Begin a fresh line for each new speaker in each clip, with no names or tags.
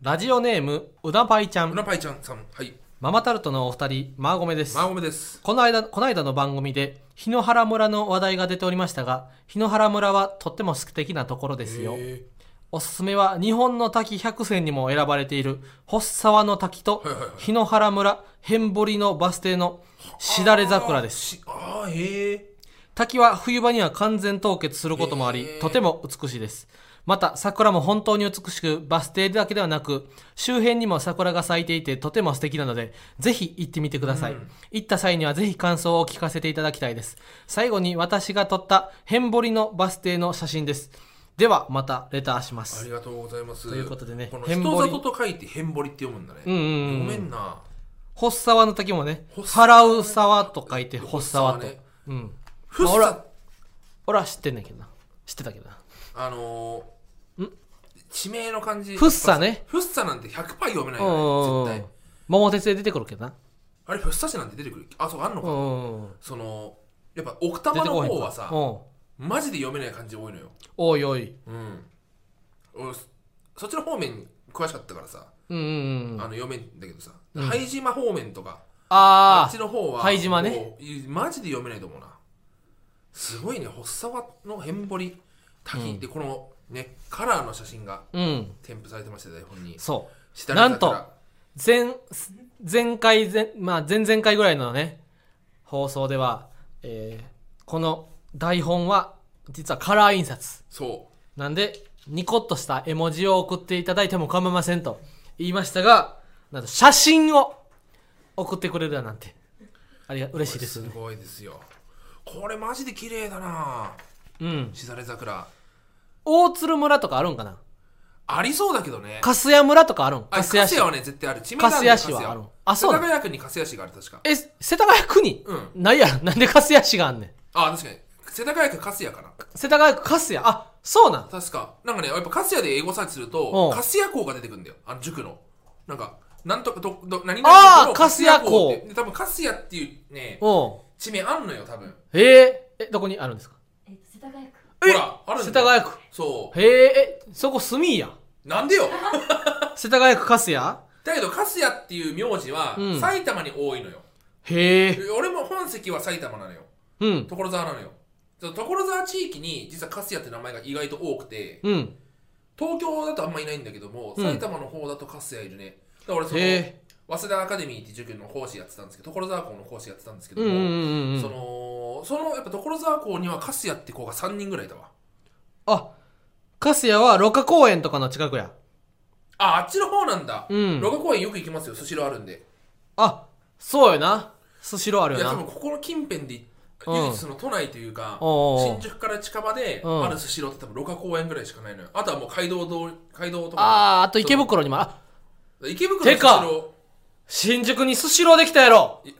ラジオネーム、うだぱいちゃ。
うなんぱいちゃんさんはい
ママタルトのお二人、マーゴメです。
マーゴメです
この間、この間の番組で、檜原村の話題が出ておりましたが、檜原村はとっても素敵なところですよ。
え
おすすめは、日本の滝百選にも選ばれている、発沢の滝と
はいはいはい、
檜原村、変堀のバス停の、しだれ桜です。
しあーへえ
滝は冬場には完全凍結することもあり
へ、ー
とても美しいです。また、桜も本当に美しく、バス停だけではなく、周辺にも桜が咲いていてとても素敵なので、ぜひ行ってみてください。行った際にはぜひ感想を聞かせていただきたいです。最後に私が撮った変堀のバス停の写真です。では、またレターしま
あり
す。
がとうございます
ということでね
この
へん
人
ぼり
里と書いてへんぼりって読むんだね
うんうんうん
ごめんな
発沢の滝もね、
発
払
沢
う沢と書いて発沢と。
発ね
うん。
ふっ
ほ
さ
ら俺は知ってんねんけどな。知ってたけどな。
あのー地名の漢字
ふっさね
ふっさなんて100%読めない
うん
よ
うん
ね
う
絶
ん
対。
桃鉄で出てくるけどな。
あれふっさ市なんて出てくるあそうあんの
う
か
んうんうん。
そのやっぱ奥多
出
摩
てこ
の
へんか
方はさ
うん
マジで読めない漢字多いのよ
おいおい
うん俺そそっちの方面詳しかったからさ
うんうんうん
あの読めんだけどさ拝島方面とかあ
あ
っち
ー
の方は
拝島ね
もういマジで読めないと思うなすごいね発沢のへんぼり滝、でこのねカラーの写真が
うん
添付されてました台本に
そう
下に桜
なんと前前回前,、まあ、前々回ぐらいのね放送では、えーこの台本は実はカラー印刷
そ
なんでニコッとした絵文字を送っていただいても構いませんと言いましたがなんと写真を送ってくれるだなんてありが
う
嬉しいです
すごいですよこれマジで綺麗だな
うん
しだれ桜
大鶴村とかあるんかな
ありそうだけどね
粕谷村とかあるん
あ
粕谷市
はね絶対ある地名
粕谷市はあるあ
あ
そ
そうう
な
世
の
田谷区に粕谷市がある確か
え、世田谷区に、
う
ないやろなん で粕谷市があんねん。
あ確かに世田谷区粕谷かな
世田谷区粕谷。あ、そうなん。
確かなんかねやっぱ粕谷で英語サーチする
うん
と粕谷校が出てくるんだよあの塾のなんかなんとかどど何々
あー
塾の
粕谷校
ってで多分粕谷っていうね
おう
地名あんのよ多分
へえ、え、どこにあるんですか
えっと世田谷区
ほらある
世
んだ
田
よ
谷区。
そ
へえ、え、そこ住み や。
うなんでよ
世田谷区粕谷
だけど粕谷っていう名字は
うん
埼玉に多いのよ、
へえ、
俺も本籍は埼玉なのよ
うん、
所沢なのよその所沢地域に実は粕谷って名前が意外と多くて
うん。
東京だとあんまいないんだけども、
うん
埼玉の方だと粕谷いるねだから俺その
へえ、
早稲田アカデミーって塾の講師やってたんですけど所沢校の講師やってたんですけど
うん
も、
うんうんう
そ
ん。
のそのやっぱ所沢校には粕谷って子が3人ぐらいいたわ
あ、粕谷は六花公園とかの近くや。
ああっちの方なんだ
うん
六花、公園よく行きますよスシローあるんで
あ、そうよな。スシローある
い
よ
や
な
多。分ここの近辺で
うん
唯一その都内というか、
おうおう
新宿から近場で
うん
あるスシローって多分六花公園ぐらいしかないのよあとはもう街道通り街道とか
あー、あと池袋にもああ、
そう池袋の
て
スシ
か
ロ
新宿にスシローできたやろ。
ー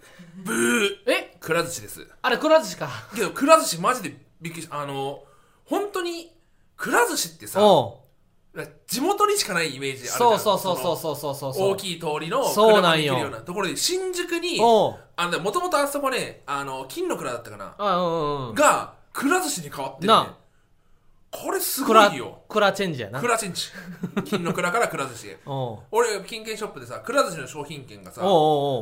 ブー
え、
くら寿司です
あれくら寿司か。
けどくら寿司マジでびっくりしたあの本当にくら寿司ってさ
おう
地元にしかないイメージあるじゃん
そうそうそうそうそうそうそう。
その大きい通りの
そうなんよ
車で行けるようなところで新宿に
おう
あのもともとあそこねあの金の蔵だったかな、
あうんうんうん。
がくら寿司に変わってる、ね
なあ、
これす
ク
ご
ラ
いよ、
クラチェンジやな
く。らチェンジ金の蔵からくら寿 司へ
おう
俺金券ショップでさくら寿司の商品券がさ
おう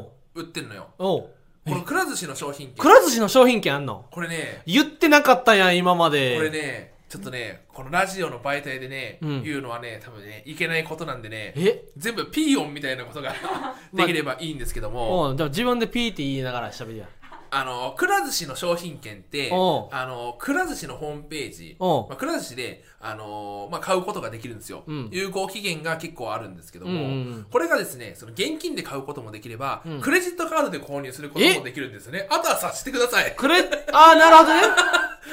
おう
売ってんのよ
おうおう
このくら寿司の商品
く
券
ら寿司の商品券あんの
これね
言ってなかったやん、今まで。
これねちょっとねこのラジオの媒体でね、
うん
言うのはね多分ねいけないことなんでね
え
全部ピー音みたいなことができればいいんですけども、
おうじゃあ自分でピーって言いながら喋りや。
あのくら寿司の商品券って
おう
あのくら寿司のホームページ、
おう
まあ、くら寿司で、あのーまあ、買うことができるんですよ、
うん
有効期限が結構あるんですけども、
うんうんうん
これがですねその現金で買うこともできれば、
うん
クレジットカードで購入することもできるんですよねあとは察してください
くれ、あー、なるほどね。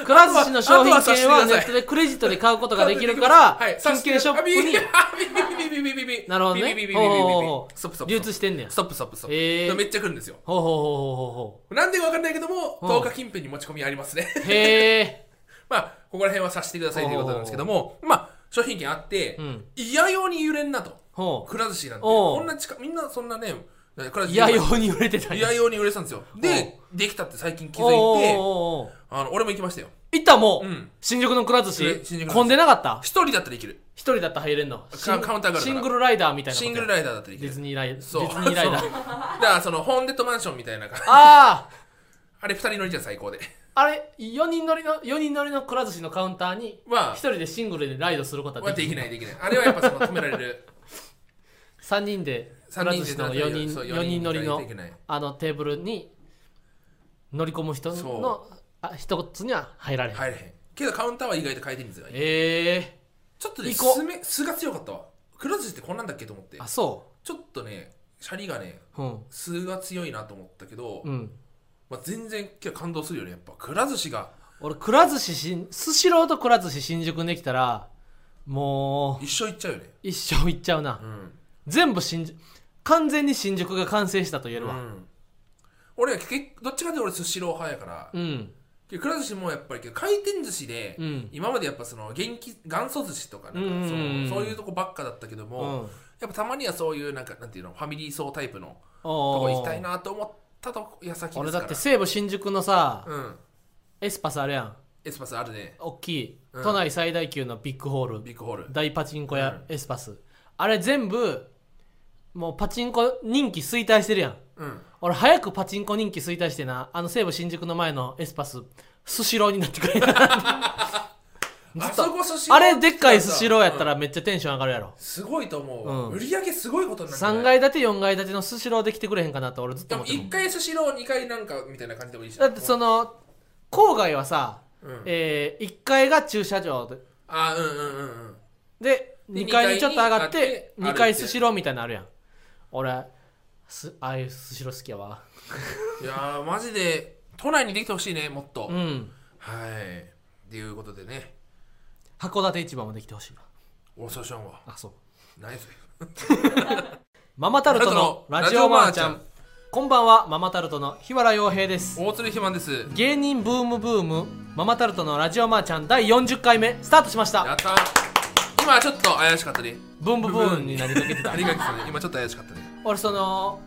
くら寿司の商品券
あと
は
はあとは察してください
ネットでクレジットで買うことができるから
はい、
金
察して
券ショップに、
あビビビビビビビビビ
なるほどね
ビビビビビビビ
おうおうおう
ストップストップ
流通してんねや。
ストップストップストップ、
へー
めっちゃ来るんですよ
ほうほうほうほうほ
なんでかわかんないけども
うん
10日近辺に持ち込みありますね
うほう。へえ。
まあここら辺は察してくださいということなんですけどもまあ商品券あって、
うん
いやように揺れんなと
ほう。
くら寿司なんて
おう
こんな近みんなそんなねくら寿
い
司
や、ように売れてたん
い
や
やように揺れてたんですよでできたって最近気づい
お
て
うおうおう
あの俺も行きましたよ
行ったもう、
うん
新宿のくら寿
え新宿
司
の
混んでなかった
一人だったらいける
一人だったら入れんのシン
カウンターがあるから
シングルライダーみたいなこと
シングルライダーだったらいけ
ディ
る
ズニーライディズ
そう
ニーライダ
そう
ー
だからそのホーンデッドマンションみたいな感じ
ああ
あれ二人乗りじゃ最高で
あれ4人乗りの4人乗りのくら寿司のカウンターに
まあ
一人でシングルでライドすること
まあ
はで
で
き
き
ない
ないできないあれはやっぱその止められる
3人でく
三
ら
人
寿
で
司の4人
そう
4人乗りの
できない
あのテーブルに乗り込む人の
そ
あ一つには入られへん、
入れへんけどカウンターは意外と回転率がいい
え
ちょっとね
行こう
すめ素が強かったわくら寿司ってこんなんだっけと思って
ー、あそ
ちょっとねシャリがね
ううん
素が強いなと思ったけど、
うん
まあ、全然けど感動するよねやっぱくら寿司が
俺くら寿司しんスシローとくら寿司新宿にできたらもう
一生いっちゃうよね
一生行っちゃうな、
うん
全部新宿完全に新宿が完成したと言える
う
わ
ん、俺はけどっちかというと俺スシロー派やから、
うん
けどくら寿司もやっぱりけど回転寿司で、
うん
今までやっぱその元気元祖寿司とかな
う
んか
んうんうん
そ
うん
のそういうとこばっかだったけど
う
も、
ん
やっぱたまにはそういうなんかなんていうのファミリー層タイプのと
お
こ
ー
行きたいなと思ったと矢先ですから
俺だって西武新宿のさ、
うん
エスパスあるやん
エスパスあるね
大きい、
うん
都内最大級のビッグホール
ビッグホール
大パチンコ屋、エスパスあれ全部もうパチンコ人気衰退してるやん
うん
俺早くパチンコ人気衰退してなあの西武新宿の前のエスパススシローになってくれ
あそこスシロー
あれでっかいスシローやった
うん
らめっちゃテンション上がるやろ、
すごいと思う、
うん
売り上げすごいことになる
3階建て4階建てのスシローできてくれへんかなと俺ずっと
で
思
も
ってるも
1
ん
回スシロー2回なんかみたいな感じでもいいし
だってそ
の、
の郊外はさ、
うん、
え1階が駐車場で
あうんうんうんうん
で
で
2階にちょっと上がって2
二階に上がって
階スシローみたいなのあるやん俺すああいうスシロー好きやわ
いやーマジで都内にできてほしいねもっと、
うん
はいっていうことでね
函館市場もできてほしいわ
大沢さんは
あそう
ナイス
ママタルトのラジオマーちゃんこんばんはママタルトの日原洋平です
大鶴ひまんです
芸人ブームブームママタルトのラジオマーちゃん第40回目スタートしました
やった今はちょっと怪しかったね
ブームブームになりかけ てた
ありがとうね今ちょっと怪しかったね
俺その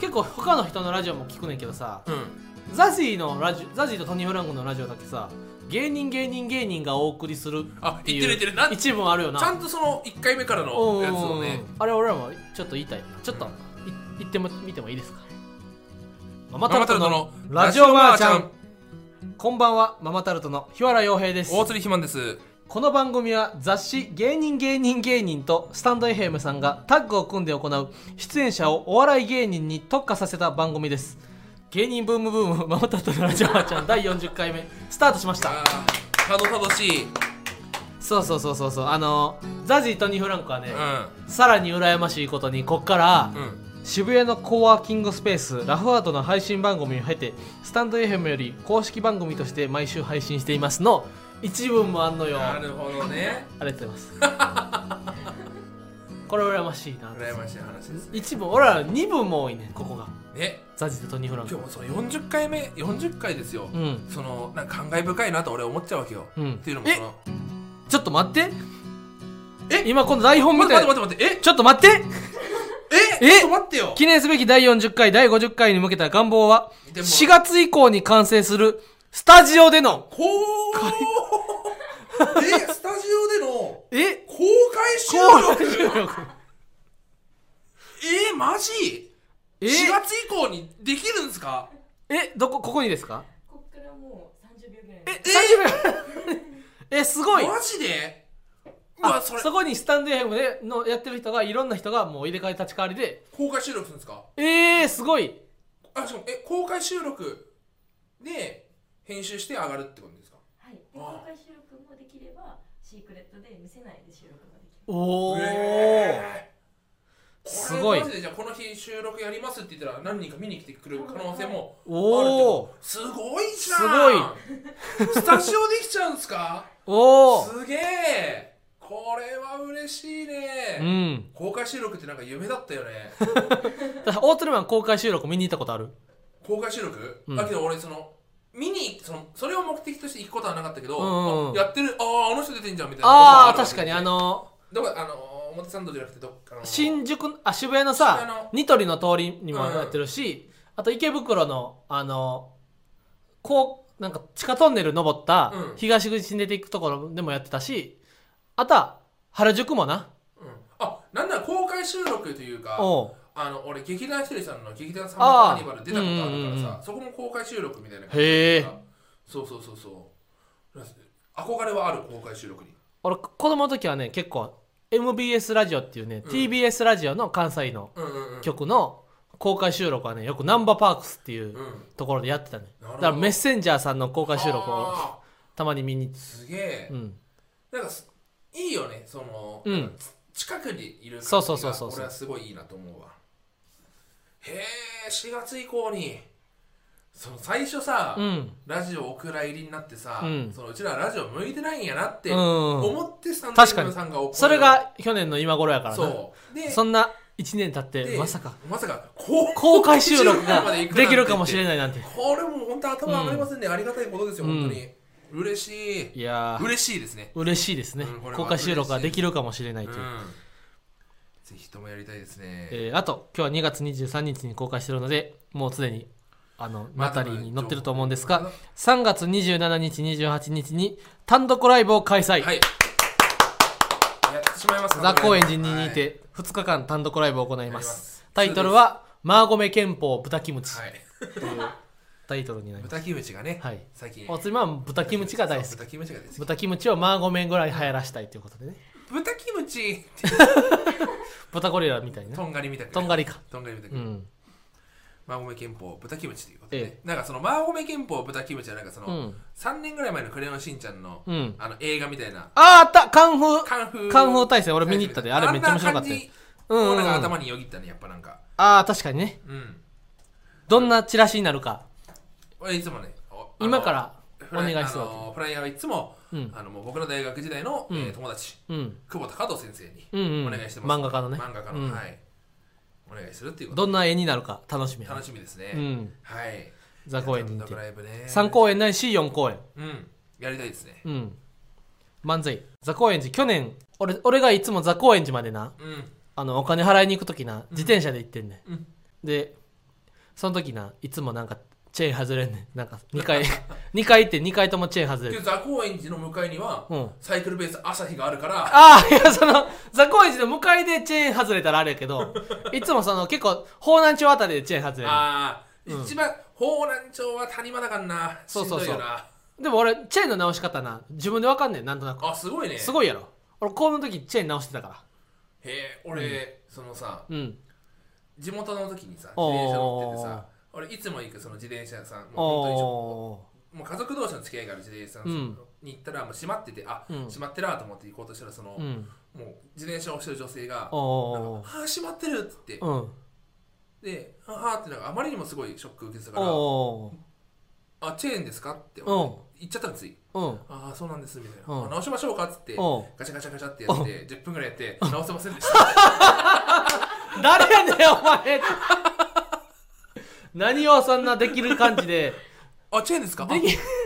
結構他の人のラジオも聞くねんけどさ
うん
ザジーのラジオザジーとトニー・フランクのラジオだけさ芸人芸人芸人がお送りする
あ
って
言
い
っ
う
てる言ってるなんち
一文あるよな
ゃんとその1回目から
お
の
う
やつをね
あれ俺らもちょっと言いたいなちょっとい言っても見てもいいですかママタルトのラジオマーちゃんこんばんはママタルトの日原洋平です
大鶴ひまんです
この番組は雑誌「芸人芸人芸人」とスタンド FM さんがタッグを組んで行う出演者をお笑い芸人に特化させた番組です芸人ブームブームママタルトのラジオマーちゃん第40回目スタートしました
あーたどたどしいうん
そうそうそうそうそうあのザジーとニーフランクはね、さらに羨ましいことにこっから、
うん
渋谷のコワーキングスペースラフアートの配信番組を経てスタンド FM より公式番組として毎週配信していますの一文もあんのよ
な
あ
るほどね
りがとうございます これ羨ましいな
羨ましい話ですね
一文俺ら二文も多いねここが
ね
ザジとトニーフランク
今日もその40回目40回ですよ、
うん
そのなんか感慨深いなと俺思っちゃうわけよ、
うん
っていうのもその
ちょっと待ってえ今この台本み
待った
い
て待って待ってえ
ちょっと待って
え
え
ちょっと待ってよ
記念すべき第40回第50回に向けた願望は
でも
4月以降に完成するスタジオでの
こう えスタジオでの
え
公開収録えー、マジ
え
?4 月以降にできるんですか
えどこここにですか
こっからもう30秒ぐらい
え30
で
秒えすごい
マジでう
あ
わそれ
そこにスタンド FM でのやってる人がいろんな人がもう入れ替え立ち替わりで
公開収録するんですか
えー、すごい
あしかもえ公開収録で編集して上がるってことですか
はい、で公開収録もできればシークレットで見せないで収録ができる
おお、
えー
すごい
これマジでじゃあこの日収録やりますって言ったら何人か見に来てくる可能性もあるって
お
こ
お
とすごいじゃん すごいスタジオできちゃうんですか
おお
すげえこれは嬉しいうね、
ん
公開収録ってなんか夢だったよね
ただオートルマン公開収録見に行ったことある
公開収録、
うん
だけど俺その見にそのそれを目的として行くことはなかったけど、
うんうんうん
あやってるあああの人出てんじゃんみたいな
ああー確かにあ
の
の
どこあの表参道じゃなくてどっかあの
新宿あ渋谷の
渋谷
さ
の
ニトリの通りにもやってるし、あと池袋のあのこうなんか地下トンネル登った
うん
東口に出ていくところでもやってたし、あとは原宿もな。
うん、あなんなら公開収録というか
おう
あの俺劇団ひとりさんの劇団サンバカーニバル出たことあるから
うんうん
さ、そこも公開収録みたいな感じ
へえ。
そうそうそうそうなんせ憧れはある公開収録に
俺、子供の時はね、結構 MBS ラジオっていうね、
うん
TBS ラジオの関西の
うんうんうん
曲の公開収録はね、よくナンバーパークスっていう
うん
ところでやってたね。
な
だ
るほど
からメッセンジャーさんの公開収録を
あ
たまに見に行っ
ーすげえ、
て。うん。
なんかすいいよねその、
うん
なんかつ近くにいる感じが
そうそうそうそうそう
俺はすごいいいなと思うわへえ4月以降にその最初さ、
うん。
ラジオお蔵入りになってさ、
うん
そのうちらラジオ向いてないんやなって
うん
思ってスタンド
確
FM
かに
さんが怒る
それが去年の今頃やからな。
そうで
そんな1年経って
で
まさか
まさか公
公開収録ができるかもしれ
ない
ないなんて
これも本当頭上がりませんね、ありがたいことですよ
うん
本当に、嬉しい
いやー
嬉しいですね
嬉しいですね
うんこれは
公開収録ができるかもしれないという
う、んぜひともやりたいですね、
えーあと今日は2月23日に公開してるのでもうすでにあのナタリーに載ってると思うんですが3月27日28日に単独ライブを開催、
はいやってしまいます
ザ・高円寺に
はい
にて2日間単独ライブを行い
やりま
ます
す
タイトルは「マーゴメ憲法豚キムチ
はい」
というタイトルになります
豚キムチがね、
はい
最近
おつまは豚キムチが大好
そ
き
う豚キムチが大好き
豚キムチをマーゴメぐらい流行らしたいということでね
豚キムチって
豚ゴリラみたいな
とんがりみたく
とんがりか
とんがりみたく、
うん
マーゴメ憲法豚キムチということで、
え
なんかそのマーゴメ憲法豚キムチはなんかその、
うん
3年ぐらい前のクレヨンしんちゃんの、
うん
あの映画みたいな
あーあったカンフー
カンフー
カンフー大戦俺見に行ったであれめっちゃ面白かったよ
あんな感じ
うんうんうん
もうなんか頭によぎったねやっぱなんか
ああ確かにね
うん
どんなチラシになるか
俺いつもねおあの
今から
フ
お
ラ
願
イ
いし
あ
よ
のフライヤーはいつも、
うん
あのもう僕の大学時代の、
うん
えー友達
ううん
久保田加藤先生に
うんうん
お願いしてます、
漫画家のね
漫画家の、
うん
はいお願いするっていうこと
どんな絵になるか楽しみや
楽しみですね、
うん
はい
ザ公演に行
ダ
って
ブライブね
3公演ないし4公演
うんやりたいですね
うん漫才ザ公演寺去年俺俺がいつもザ公演寺までな
うん
あのお金払いに行く時な自転車で行ってんね、
うん
でその時ないつもなんかチェーン外れんねんなんか2回2 回行って2回ともチェーン外れ
で
る
座高円寺の向かいには、
うん
サイクルベース朝日があるから
ああいやそのザコエジの向かいでチェーン外れたらあれやけ どいつもその結構方南町あたりでチェーン外れる
あー、
うん
一番方南町は谷間だからな
そうそうそう
しんどいよな
でも俺チェーンの直し方な自分で分かんねんなんとなく
あすごいね
すごいやろ俺高校の時チェーン直してたから
へえ俺、そのさ
うん
地元の時にさ自
おー
転車乗っててさ俺いつも行くその自転車屋さんもう本当に
お
もう家族同士の付き合いがある自転車屋さん
うん
に行ったらもう閉まっててあ、
うん
閉まってるなと思って行こうとしたらその、
ーうん
もう自転車をしてる女性が「なん
お
かあー閉まってる」っつって、
ーうん
で「あー」ってなんかあまりにもすごいショック受けてたから「
おー
あチェーンですか?」って
うん
言っちゃったんですよ
うん
ああそうなんですみたいな、
うん
あ直しましょうかっつって
うん
ガチャガチャガチャってやって10分ぐらいやって直せませんでした
誰やねんお前何をそんなできる感じで
あチェーンですかあ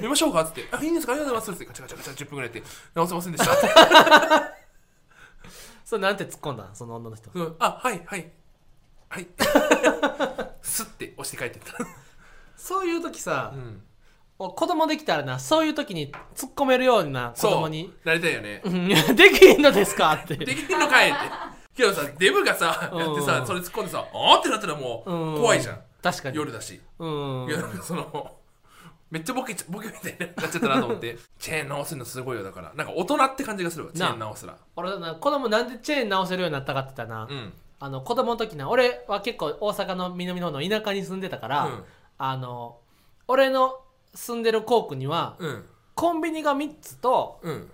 見ましょうかっつってあいいんですかありがとうございますっつってガチャガチャガチャ10分ぐらいやって直せませんでした
それなんて突っ込んだんその女の人
うんあはいはいはい スッて押して帰ってった、
そういう時さ、
うん、
お子供できたらなそういう時に突っ込めるような子
そ
供
う
に
なりたいよ
「
ね
うん できんのですか?」って
できんのかいってけどさデブがさ
うん
やってさそれ突っ込んでさあーってなったらもう
うん
怖いじゃん
確かに
夜だし
うん
いやなんかそのめっちゃボケちゃボケみたいになっちゃったなと思ってチェーン直せるのすごいよだからなんか大人って感じがするわチェーン直すら
俺な子供なんでチェーン直せるようになったかって言ったらな、
うん
あの子供の時な俺は結構大阪の南の方の田舎に住んでたから、
うん
あの俺の住んでる校区には、
うん
コンビニが3つと
うん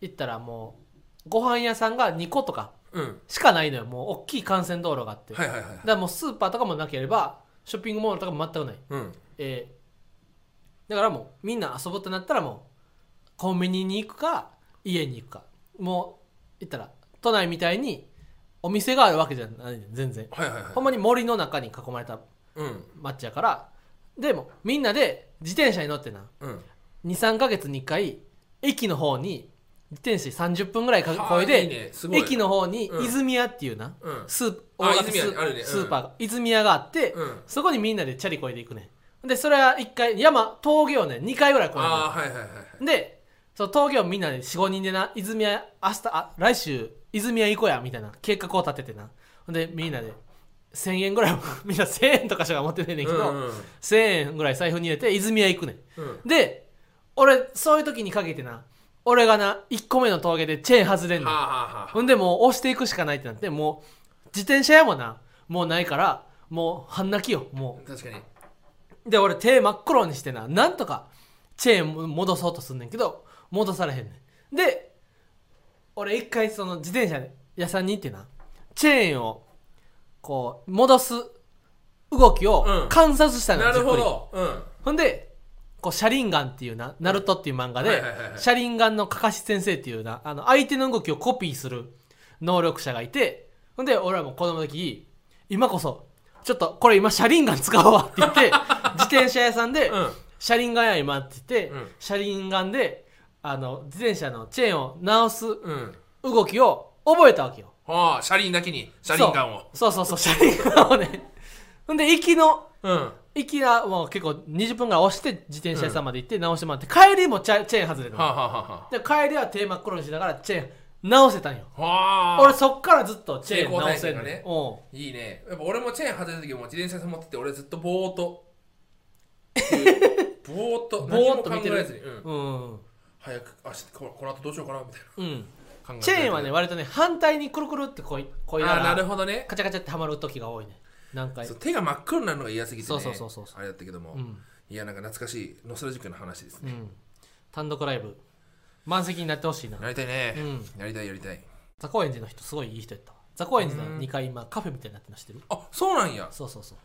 言ったらもうご飯屋さんが2個とか
うん
しかないのよもう大きい幹線道路があって、
はいはいはい
だからもうスーパーとかもなければショッピングモールとかも全くない
うん
えーだからもうみんな遊ぶってなったらもうコンビニに行くか家に行くかもう言ったら都内みたいにお店があるわけじゃない全然
はいはいはい
ほんまに森の中に囲まれた
うん
町やからでもみんなで自転車に乗ってな
うん
23ヶ月に1回駅の方に自転車30分ぐらいか
はあ
こいで
いいねすごい
駅の方に
うん
泉屋っていうな、
うん
スー
あ
大型ス
泉屋あるねう
ー
ん
スーパーが泉屋があって、
うん
そこにみんなでチャリこいで行くねんで、それは一回、山、峠をね、2回ぐらい越えるの
ああはいはいはいはい
で、その峠をみんなで4、5人でな、泉屋、明日、あ、来週、泉屋行こうや、みたいな計画を立ててな。ほんで、みんなで、1000円ぐらい、みんな1000円とかしか持ってないねんけど、
うんうん
1000円ぐらい財布に入れて、泉屋行くねん。
うん
で、俺、そういう時にかけてな、俺がな、1個目の峠でチェーン外れん
はあ
の。
はあはあ
ほんで、もう押していくしかないってなって、もう、自転車やもんな、もうないから、もう半泣きよ、もう。
確かに
で俺手真っ黒にしてななんとかチェーン戻そうとすんねんけど戻されへんねんで俺一回その自転車屋さんに行ってなチェーンをこう戻す動き
う
を
ん
観察したのよ、
なるほ
じっくり
どうん
ほんでこうシャリンガンっていうなナルトっていう漫画で、
はいはいはいはい
シャリンガンのカカシ先生っていうなあの相手の動きをコピーする能力者がいてほんで俺らも子供の時今こそちょっとこれ今シャリンガン使おうわって言 って自転車屋さんで、
うん
シャリンガンや今って言って、
うん
シャリンガンであの自転車のチェーンを直す
うん
動きを覚えたわけよ。
ああ車輪だけに車輪感を
そうそうそうそうシャリンガンをねほんで行きの
うん
行きはもう結構20分ぐらい押して自転車屋さんまで行って直してもらって、帰りもチャチェーン外れる
は
の
あはあは
で帰りはテーマ黒にしながらチェーン直せたんよ
あはあ
俺そっからずっとチェーン直せんの、
成功体験がね
お
いいねやっぱ俺もチェーン外れた時も自転車屋さん持ってて俺ずっとぼーっと ぼーっと
ぼ
何
ー
も
っと
考
見てる
えずに、うん、
うん、
早くあしここの後どうしようかなみたいな
うん、
考えて
チェーンはね割とね反対にくるくるってこいこいな
ああな
が
る
ら
ほどね
カチャカチャってはまる時が多いね何回
そう手が真っ黒になるのが嫌すぎて、
そ
ね、
うそうそうそうそう
あれだったけども、
うん
いやなんか懐かしいノスタルジックな話です
う
ね、
ん単独ライブ満席になってほしいな
やりたいね、
うん
やりたいやりたい
ザ高円寺の人すごいいい人やったわザ高円寺の2階今カフェみたいになってるの知ってる
あそうなんや
そうそうそう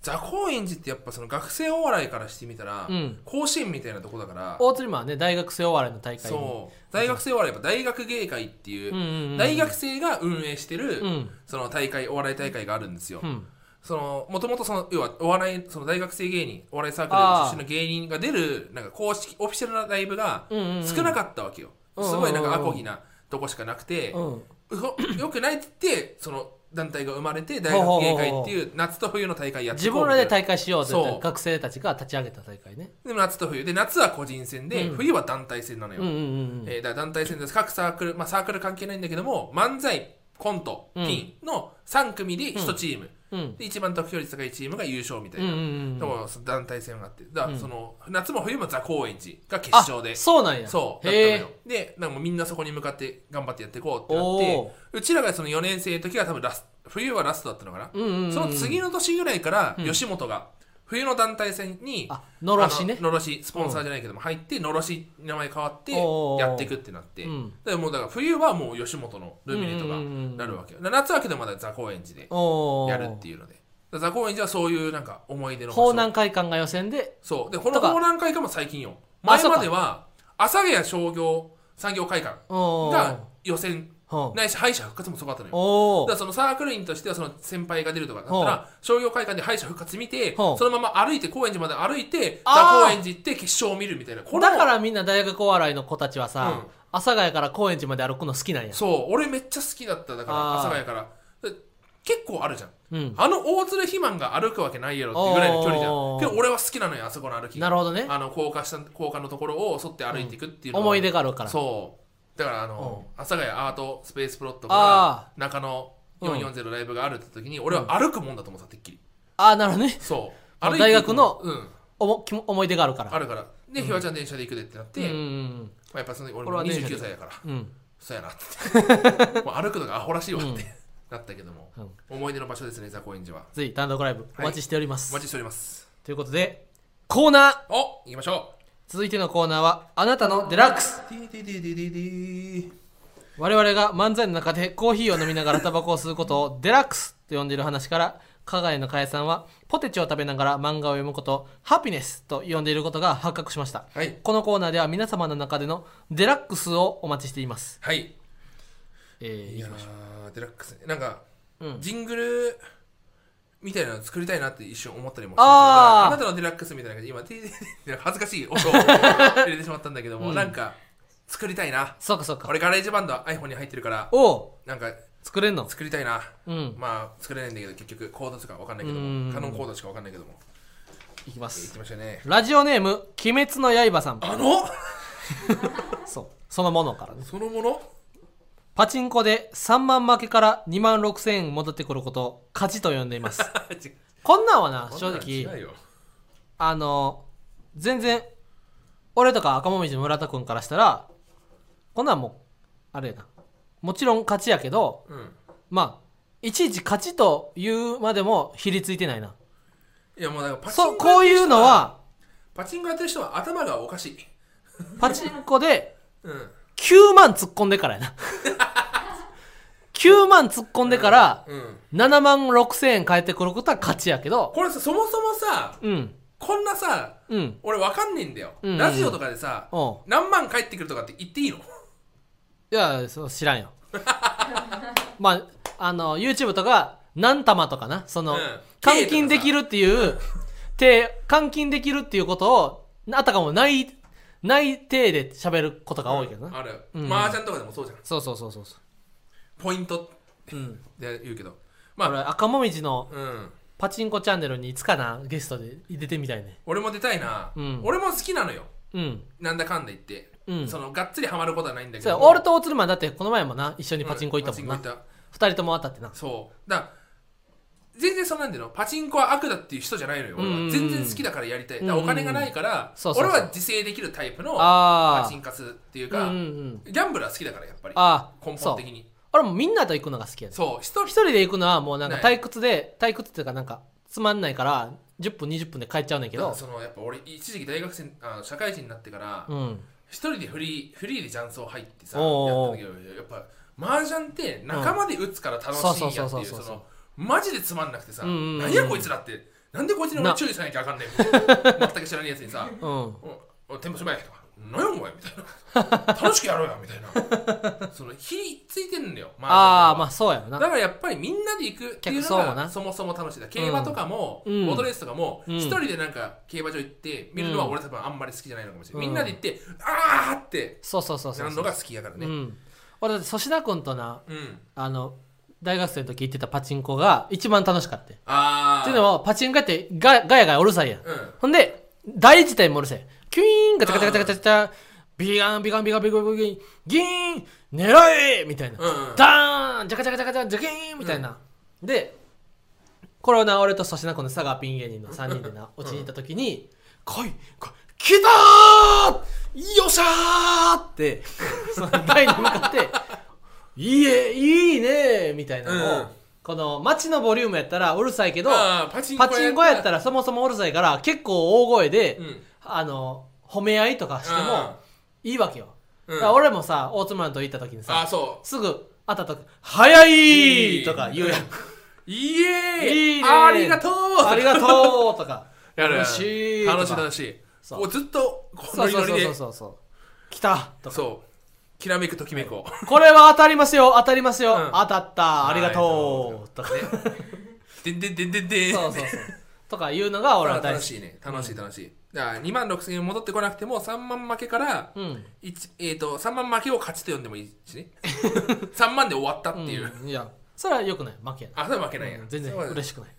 ザ・高円寺ってやっぱその学生お笑いからしてみたら、
うん
甲子園みたいなとこだから
大鶴マンはね大学生お笑いの大会に
そう大学生お笑いやっぱ大学芸会っていう、
うんうんうん
大学生が運営してる、
うん
その大会お笑い大会があるんですよ、
うん
そのもともとその要はお笑いその大学生芸人お笑いサークル出身の芸人が出るなんか公式オフィシャルなライブが
うんうんうん
少なかったわけよ、
うんうんうん
すごいなんかアコギなとこしかなくて、
うん
うほよくないって言ってその団体が生まれて大学芸会っていう夏と冬の大会やって
自
こう
分らで
みたい
大会しようって言って
そう
学生たちが立ち上げた大会ね
なで夏と冬で夏は個人戦で、
うん
冬は団体戦なのよ、
うんうんうん
えーだから団体戦です各サークル、まあ、サークル関係ないんだけども漫才コント
うん
ピンの3組で1チーム、
うんうん
で一番得票率高いチームが優勝みたい
うん
な、
うんうん
でもその団体戦があってだからその、夏も冬もザ・高円寺が決
あ
勝で
そうなんや
そうだったの
へ
よでなんかもうみんなそこに向かって頑張ってやっていこうってなっ
お
て
お
うちらがその4年生の時は多分ラス冬はラストだったのかな、
うんうんうん
その次の年ぐらいから
うん
吉本が冬の団体戦に
あのろしね
あののろしスポンサーじゃないけども入ってのろし名前変わって
おー
やっていくってなって
うん
でもうだから冬はもう吉本のルミネとか
うんうんうんうん
なるわけよ夏はけどまだザ・高円寺で
お
やるって
いう
いうのでだからザ・高円寺はそういうなんか思い出の場所
法南会館が予選で
そうでこの
とか
高南会館も最近よ
あ
前
そうか
までは阿佐ヶ谷商業産業会館
おー
が予選
うん
ないし敗者復活もすごかったのよ
お
だ
ー
からそのサークル員としてはその先輩が出るとかだった
ほう
ら商業会館で敗者復活見て
ほ
そうのまま歩いて高円寺まで歩いて
あー
ザ高円寺行って決勝を見るみたいなこの
だからみんな大学お笑いの子たちはさ
うん
阿佐ヶ谷から高円寺まで歩くの好きなんや
そう俺めっちゃ好きだっただから
あー
阿佐ヶ谷からで結構あるじゃん
うん
あの大鶴肥満が歩くわけないやろっていうぐらいの距離じゃ
お
ん
ー
けど俺は好きなのよあそこの歩き
なるほどね
あの高架下高架のところを沿って歩いていくっていうのが
思い出があるから
そうだからあの阿佐ヶ谷アートスペースプロット
あ
が中野440ライブがあるって時に俺は歩くもんだと思ってたてっきり
ああなるほどね
そう
あ
歩いて
大学の
うん
おもきも思い出があるから
あるからでひわちゃん電車で行くでってなって
うんう
ま
ん
あやっぱその俺
俺は
も
電車で
29歳やから
うんうん
そうやなっ てもう歩くのがアホらしいわってなったけども
うん
思い出の場所ですねザ・高円寺は
ぜひ単独ライブお待ちしております
お待ちしております
ということでコーナー
お行きましょ
続いてのコーナーはあなたのデラックス
うディディディディディディ
我々が漫才の中でコーヒーを飲みながらタバコを吸うことをデラックスと呼んでいる話から加賀谷の加谷さんはポテチを食べながら漫画を読むことをハピネスと呼んでいることが発覚しました
はい
このコーナーでは皆様の中でのデラックスをお待ちしています
はい
えー
いやーデラックスねなんか、
うん
ジングルみたいなの作りたいなって一瞬思ったりもして
あー
あなたのデラックスみたいな感じで今 TT 恥ずかしい音を入れてしまったんだけども、なんか作りたいな
そうかそうか
俺ガレージバンド iPhone に入ってるから
おお
なんか
作れんの
作りたいな、
うん
まあ作れないんだけど結局コードとかわかんないけど
うん
もカノンコードしかわかんないけども
いきま
言って
す
ましたね
ラジオネーム「鬼滅の刃」さん
あの
そうそのものからね
そのもの
パチンコで3万負けから2万6千円戻ってくることを勝ちと呼んでいますこんなんはな正直
違うよ
あの、全然、俺とか赤もみじの村田くんからしたら、こんなんもう、あれやな。もちろん勝ちやけど、
うん
まあ、いちいち勝ちというまでもひりついてないな。
いやもうだからパチンコ
そう、こういうのは、
パチンコやってる人は頭がおかしい
パチンコで
うん
9万突っ込んでからやな。9万突っ込んでから、
うん
7万6千円返ってくることは勝ちやけど、
これさそもそもさ
うん、
こんなさ
うん、
俺わかんねえんだよ、
うんうん
ラジオとかでさ
おう
何万返ってくるとかって言っていいの
いや、そう知らんよ。 まあ、あの、YouTube とか、何玉とかな、その、
うん
換金できるっていう、て、換金できるっていうことを、あたかもない、ない体で喋ることが多いけどな。
ある
うん
麻雀とかでもそうじゃん
そうそうそうそうそ
ポイント
う。うん。
で言うけど
まあ、
まあ
赤もみじの
うん
パチンコチャンネルにいつかな、ゲストで出てみたいね。
俺も出たいな、
うん
俺も好きなのよ
うん。
なんだかんだ言って、
うん
そのがっつりハマることはないんだけ
そう
ど
や、俺とオーツルマンだってこの前もな、一緒に
うん
パチンコ行ったもん
パ
な
チ。ンコ行っ
二、人とも当たってな
た。そうだから全然そうなんていうのパチンコは悪だっていう人じゃないのよ俺
うんうんう
は
ん
全然好きだからやりたいだからお金がないから
そうそう
俺
そう
は自制できるタイプの
あー
パチンカスっていう
う
か
んうんうん。
ギャンブルは好きだからやっぱり
ああ、
根
そ
本
う
的。に
俺もみんなと行くのが好きやね。
そう一
一
人
人で行くのはもうなんか
ね
退屈で、退屈っていうかなんかつまんないから10分20分で帰っちゃうねんけ
だから
ど
そのやっぱ俺一時期大学生あの社会人になってから
うん
一人でフリーフリーでジャンソー入ってさやったん
おうお
だ
う
けどやっぱ麻雀って仲間で打つから楽しいんやって
そ
いう
そうそうそう
う
そう
そのマジでつまんなくてさ
うんうんうん
何やこいつらってなんでこいつに俺
な
注意さなきゃあかんねんみたいな全く知らないやつに さ
うん
おお「天ぷしまえ」とか「何やお前」みたいな「楽しくやろうよ」みたいなその火ついてんのよ麻雀
ああま
は
あそうやろ
だ
な
からやっぱりみんなで行くってい
客
うの
層も
が
な
そもそも楽しいだ競馬とかも、
うんうん
ボートレースとかも
うん
一、人でなんか競馬場行って見るのは俺多分あんまり好きじゃないのかもしれない、
うん
みんなで行ってあーって
そうそうそう
な
そう
るのが好きやから
う
ね
ん俺だって粗品君とな
うん、
あの大学生の時行ってたパチンコが一番楽しかったっ
ああ
ていうのはパチンコやってガガヤガヤうるさいやん
うん
ほんで台自体もうるさいキュイーンガチャガチャガチャガチャガチャビガンビガンビガンビガンビガンギーン狙えみたいな
うんうん
ダーンジャカジャカジャカジャジャキーンみたいな、でこれをな俺と粗品君の佐賀ピン芸人の3人でなうちに行った時に「来い来い来たーよっしゃー!」ってその台に向かって「いいえいいねー」みたいなのを、
うん
この街のボリュームやったらうるさいけど
あーパチンコ
パチンコやったらそもそもうるさいから結構大声で、
うん
あの褒め合いとかしてもいいわけよ、
うん
だから俺もさ大妻と行った時にさ
あーそ
すぐ会った時「早
い
い!」
い
とか言うやん
ういえ
いいね
ありがとう
「ありがとう!」とか「
やる
楽しい!」とか
楽しい楽しい
そう
もうずっとこ
そ
の
うそ
祈
う
り
そう
で
そうそうそう来たとか
そうきらめくときめこう
これは当たりますよ当たりますよ、
うん
当たったありがとうとか、
でんでんでんでんでん
そうそうそうとか言うのが俺は大好
楽
き
しいね楽しい楽しい、だから2万6000円戻ってこなくても3万負けから、
うん
一えー、と3万負けを勝ちと呼んでもいいしね 3万で終わったっていう、
うんいやそれはよくない負けやな
あそれは負けないや、
うん全然
そうだ
嬉しくない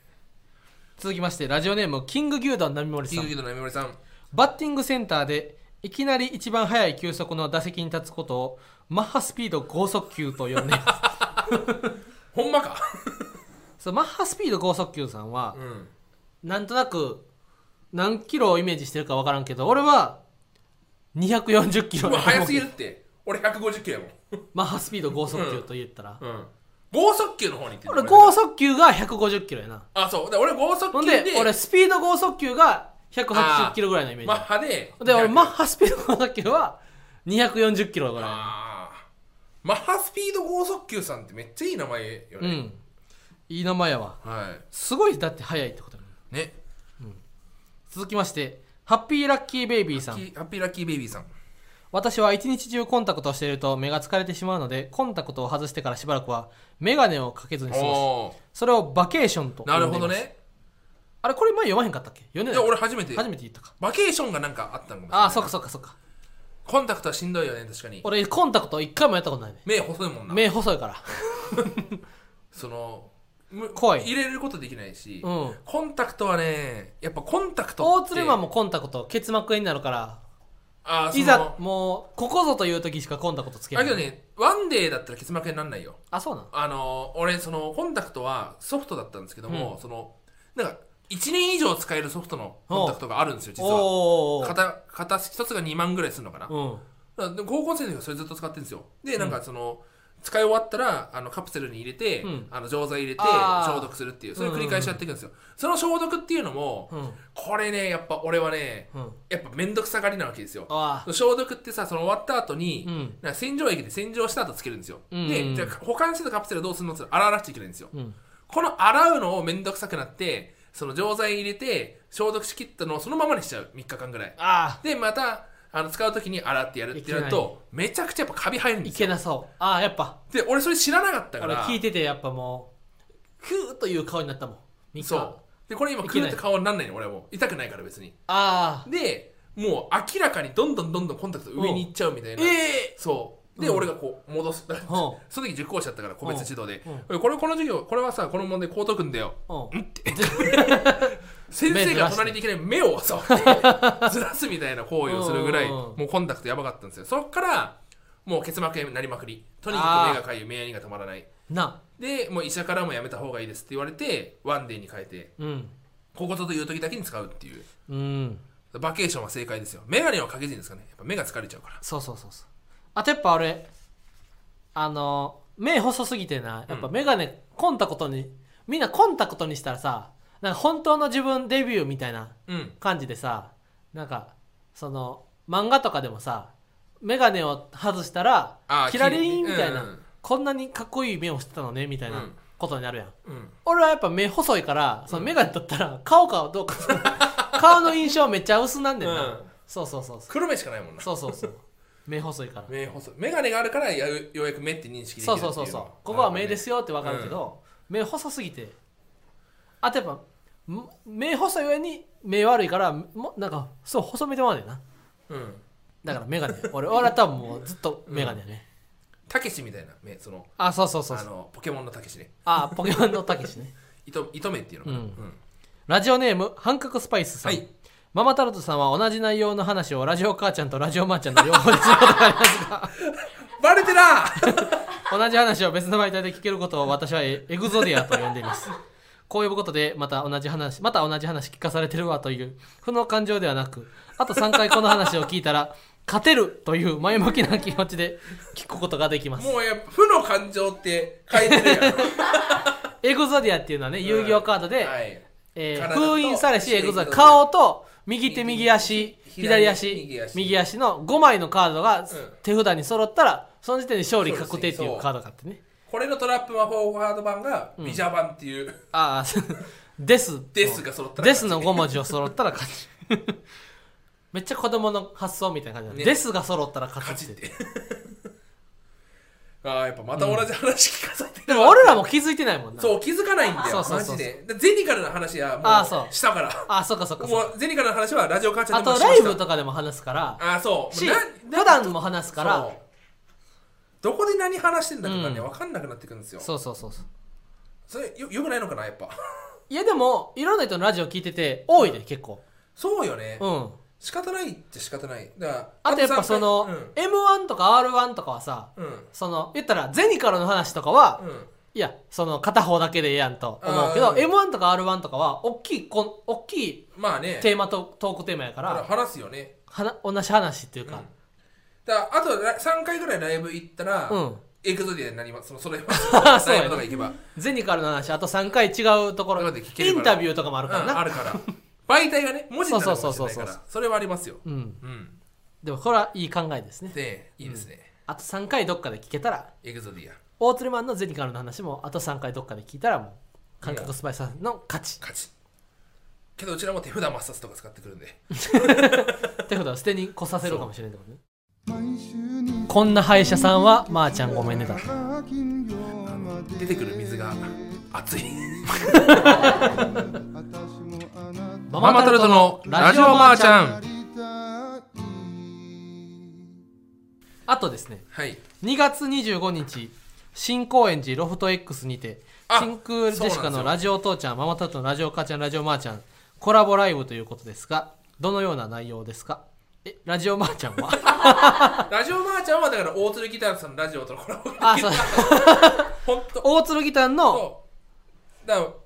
続きましてラジオネームキング牛丼並森
キン
さ
グ
ん
ギドのみもりさん
バッティングセンターでいきなり一番速い球速の打席に立つことをマッハスピード剛速球と呼んでいます
ほんまか
そうマッハスピード剛速球さんは
う、ん
なんとなく何キロをイメージしてるか分からんけど俺は240キ
う
ロ
わ早すぎるって俺150キロやもん、
マッハスピード剛速球と言ったら、
うん、剛速球の方に行ってる
俺剛速球が150キロやな
あそうで俺剛速
ほん
球で
で俺スピード剛速球が180キロぐらいのイメージ
マッハで
で俺マッ
ハ
ハスピード剛速球は240キロぐらい
マッハスピード剛速球さんってめっちゃいい名前よ
う
ね、
んいい名前やわ
は
すごいだって速いってことやもん
いね
続きましてハッピーラッキーベイビーさん
キハッピーラッキーベイビーさん
私は一日中コンタクトをしていると目が疲れてしまうのでコンタクトを外してからしばらくは眼鏡をかけずに過ごす
おー
それをバケーションと呼ん
な
で
る
いま
ほ
す
どね
あれこれ前読まへんかったっけ読んで
い
な
や
い
俺初めて
初めて言ったか
バケーションがなんかあったのかもしれない
ああそっかそっかそっか
コンタクトはしんどいよね確かに
俺コンタクト一回もやったことないね
目細いもんな
目細いから
そのむ
怖い
入れることできないし、
うん
コンタクトはねやっぱコンタクト
大
って
鶴マンもコンタクト結膜炎になるから
あーそ
い
の
ざもうここぞという時しかコンタクトつけな
だ
い
けどねワンデーだったら結膜炎になんないよ
あそうなの
あの俺そのコンタクトはソフトだったんですけども、そのなんか1年以上使えるソフトのコンタクトがあるんですよ実は
おーおー
片片1つが2万ぐらいするのかな、
おー
だからでも高校生の時はそれずっと使ってるんですよでなんかその、使い終わったらあのカプセルに入れて、
うん
あの錠剤入れて
あー
消毒するっていうそれを繰り返しやっていくんですよ、その消毒っていうのも、
うんうん
これねやっぱ俺はね
うん
やっぱ面倒くさがりなわけですよ
ああ
消毒ってさその終わった後に、
うん
なんか洗浄液で洗浄した後つけるんですよ、
うん
でじゃあ保管してたカプセルどうするのって言ったら洗わなくちゃいけないんですよ、
うん
この洗うのを面倒くさくなってその錠剤入れて消毒しきったのをそのままにしちゃう3日間ぐらい
あ
でまたあの使う時に洗ってやるってやるとめちゃくちゃやっぱカビ入るん
ー
で
い
す
け
よ
なそうああやっぱ
で俺それ知らなかったか
俺
ら
聞いててやっぱもうふーという顔になったもんみ日
そうでこれ今
い
ク
け
ー
ない
って顔になんないの俺はもう痛くないから別に
ああ
でもう明らかにどんどんどんどんコンタクト上に行っちゃうみたいな、
え
そうで、
うん
俺がこう戻す
ほ
その時受講者だったから個別指導で
うん、
これこの授業これはさこの問題こう解くんだよ
うん
先生が隣にいきなり目をそうずらすみたいな行為をするぐらい
うん
もうコンタクトやばかったんですよそっからもう結膜炎になりまくりとに
あ
か
ー
く目がかゆい目やにが止まらない
な
でもう医者からもやめた方がいいですって言われてワンデーに変えて
うん
ここという時だけに使うっていう
うん
バケーションは正解ですよ眼鏡はかけずにですかねやっぱ目が疲れちゃうから
そうそうそうそうあとやっぱ俺あの目細すぎてなやっぱ眼鏡、コンタクトにみんなコンタクトにしたらさなんか本当の自分デビューみたいな
うん
感じでさなんかその漫画とかでもさ眼鏡を外したら
あー
キラリンみたいな、
うん
こんなにかっこいい目をしてたのねみたいうなんことになるやん、
うん
俺はやっぱ目細いからその眼鏡取ったら顔か どうか顔の印象めっちゃ薄なんねんな、
うん
そうそうそうそう
黒目しかないもんな
そうそうそう目細いから
目細い眼鏡があるからやうようやく目って認識できるってい
そうそうそうそうここは目です
よ
よって分かるけど、目細すぎてあとやっぱん目細い上に目悪いからもなんかそう細めてまうねんな
うん
だから眼鏡俺俺は多分もうずっと眼鏡やね、
たけしみたいな目その
あそうそうそう
あ
そう
のポケモンのたけしね
あポケモンのたけしね
糸糸目っていうのかな、
うんラジオネーム半角スパイスさん、
はい
ママタルトさんは同じ内容の話をラジオ母ちゃんとラジオマーちゃんの両方でする ことがありますが
バレてな
同じ話を別の媒体で聞けることを私はエエグゾディアと呼んでいますこう呼ぶことでまた同じ話また同じ話聞かされてるわという負の感情ではなくあと3回この話を聞いたら勝てるという前向きな気持ちで聞くことができます
もうやっぱ負の感情って書いてるやん
エグゾディアっていうのはね 遊戯王カードで、
はい、
えー
体と
封印されしエグザ
左
顔と右手右足
左
左
足
足
右
右
足
足の5枚のカードが
ん
手札に揃ったらその時点で勝利確定ってい
そうですねそう
うカードがあってね
これのトラップ魔法ワード版がビジャ版っていう、
ああ です
ですが揃ったら
ですの5文字を揃ったら勝ち めっちゃ子供の発想みたいな感じだ、
ね
ですが揃ったら勝
勝
ち
ち
っ
ってて ああやっぱまた同じ話聞かされてる、
でも俺らも気づいてないもんな
そう気づかないんだよ
そうそうそうそう
マジででゼニカルの話はも
あーそう
うしたから
ああそうかそうかそう
も
か
うゼニカルの話はラジオ母ちゃ
あ
んでも
と
しま
ラ
し
イ
た
ブとかでも話すから
あーそう
し
もうな
普段も話すから
そうどこで何話してんだとかね、
うん
分かんなくなってくるんですよそ
そうそうそうそう
れよよくないのかなやっぱ
いやでもいろんな人のラジオ聞いてて多いで結構
そうよね、
うん
仕方ないって仕方ないだから
あとやっぱ
三
その、m 1とか r 1とかはさ
うんうん
その言ったらゼニカルの話とかは、
うん
いやその片方だけでええやんと思うけ
う
ど
ん
m 1とか r 1とかは大きいこん大きい
まあね
テーマとトークテーマやか
だから
ら
話すよね
はな同じ話っていうか、
だからあとら3回ぐらいライブ行ったら、
うん
エクゾディアになりますそのそれは
そう
ラ
やね
イブとか行けば
ゼニカルの話あと3回違うところ
ところで聞ける
イ
か
ン
ら
タビューとかもあるから
うん
な、
あるから媒体がね文字になるかもしれ
そうそう
ない
そ
か
うそうそう
らそれはありますよ
うん
うん
でもこれはいい考えですね
でいいですね、
あと3回どっかで聞けたら
エクゾディア
大鶴マンのゼニカルの話もあと3回どっかで聞いたらもう感覚スパイスさんの勝ち
勝ちけどうちらも手札抹殺とか使ってくるんで
ってことは捨てに来させるかもしれないってことねこんな歯医者さんはまー、ちゃんごめんねだった
出てくる水が熱い
マ
ママタルトのラジオマーちゃん
あとですね
はい
2月25日新高円寺ロフト X にて
あ
真空ジェシカ
そうなんですよ
のラジオ父ちゃんママタルトのラジオ母ちゃんラジオマーちゃんコラボライブということですがどのような内容ですかえラジオマーちゃんは
ラジオマーちゃんはだから大鶴ギターさんのラジオとのコラボが
あ
で
そ
き
う
る本当
大鶴ギターの
そうだからだか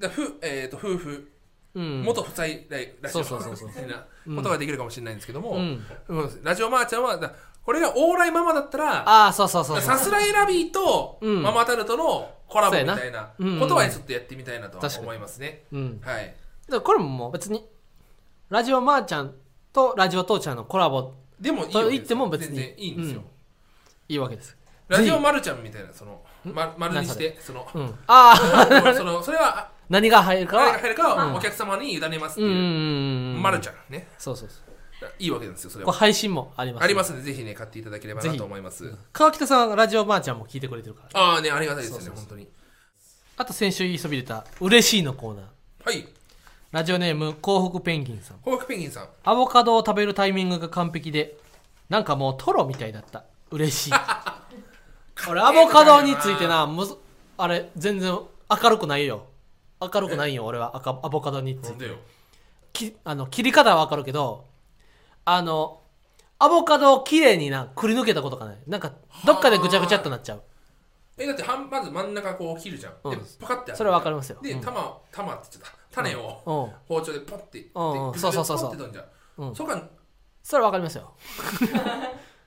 らふ、えー、と夫婦、
うん
元夫妻ライラジオ
そうそうそうそう
みたいなことができるかもしれないんですけども、
うん
うんラジオマーちゃんはだこれがオーライママだったら
ああそうそうそうそ
さ
う
すらいラビーと
うん
ママタルトのコラボみたいな
そうやなうん
ことはちょっとやってみたいなとは
確かに
思いますね、
うん
はい
だからこれももう別にラジオマーちゃんとラジオ父ちゃんのコラボ
でもいい
と
わけです
言っても別に
全然いいんですよ、
うんいいわけです
ラジ
ぜ
オ
ひ
マルちゃんみたいなそのま丸にしてその
うん、ああ
そのそれは
何が入るか
誰が
は
入るかはお客様に委ねますって
うんうん
い
う
う、
んうん
マルちゃんね
そうそうそう
いいわけなんですよそれ
これ
は
配信もあります
ありますのでぜひね買っていただければなと思います
川北さんはラジオばあちゃんも聞いてくれてるから
ああねありがたいですよね
そうそう
本当に
あと先週言いそびれた嬉しいのコーナー
はい
ラジオネーム幸北ペンギンさん
ホークペンギンさん
アボカドを食べるタイミングが完璧でなんかもうトロみたいだった嬉 しい俺アボカドについてなむずあれ全然明るくないよ明るくないよ俺はアカアボカドについ
なん
て
でよ
きあの切り方は分かるけどあのアボカドをきれいになくり抜けたことがないなんかどっかでぐちゃぐちゃっとなっちゃう
えだってはんまず真ん中こう切るじゃん、
うん
でパカって
それはわかりますよ
で
うん
玉玉って言っちゃった種を
うん
包丁でポッてで
うん
グ
そう
グ
そうそう
ッと
そう
ポッて取んじゃん
うん
そっから
それは分かりますよ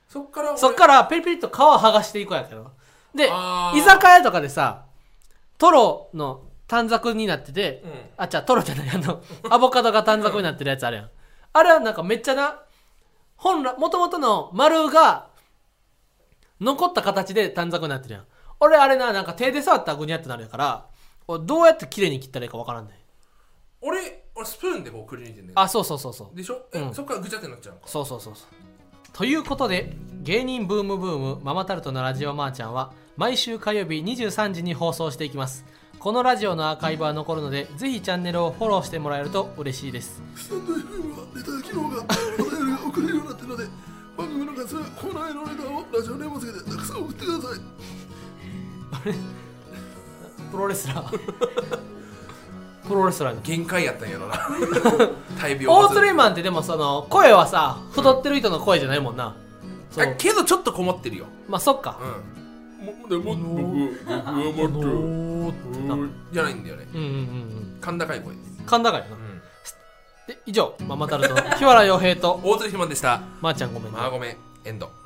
そっから俺
そっからペリペリと皮剥がしていくやけど。で、
あー
居酒屋とかでさ、トロの短冊になってて、
うん
あ、じゃあトロじゃない、あの、アボカドが短冊になってるやつあるやん。あれはなんかめっちゃな、本来、もともとの丸が残った形で短冊になってるやん。俺あれな、なんか手で触ったらぐにゃってなるやから、俺どうやって綺麗に切ったらいいかわからんねん。
俺俺スプーンでこうくり抜いてんだよ
あ、そうそうそうそう。
でしょ、え
うん
そっからぐちゃってなっちゃうのか
そうそうそうそうということで芸人ブームブームママタルトのラジオマーちゃんは毎週火曜日23時に放送していきますこのラジオのアーカイブは残るのでぜひチャンネルをフォローしてもらえると嬉しいです
スタンド FM はネタ機能がお便りが送れるようになってるので番組の感想やコーナーへのレターをラジオネームをつけてたくさん送ってください
プロレスラープロレスラーに
限界やったん やろな大病
オートレイマンってでもその声はさ太ってる人の声じゃないもんな、そ
あ
う
けどちょっとこもってるよ
まあそっか、
うんでも僕僕は
おーってなうん
じゃないんだよね
うんうんうん
甲高い声です、
甲高いよな
うん、
で以上ママタルトの日原洋平と
大鶴ひまんでした
まーちゃんごめんね
まあごめんエンド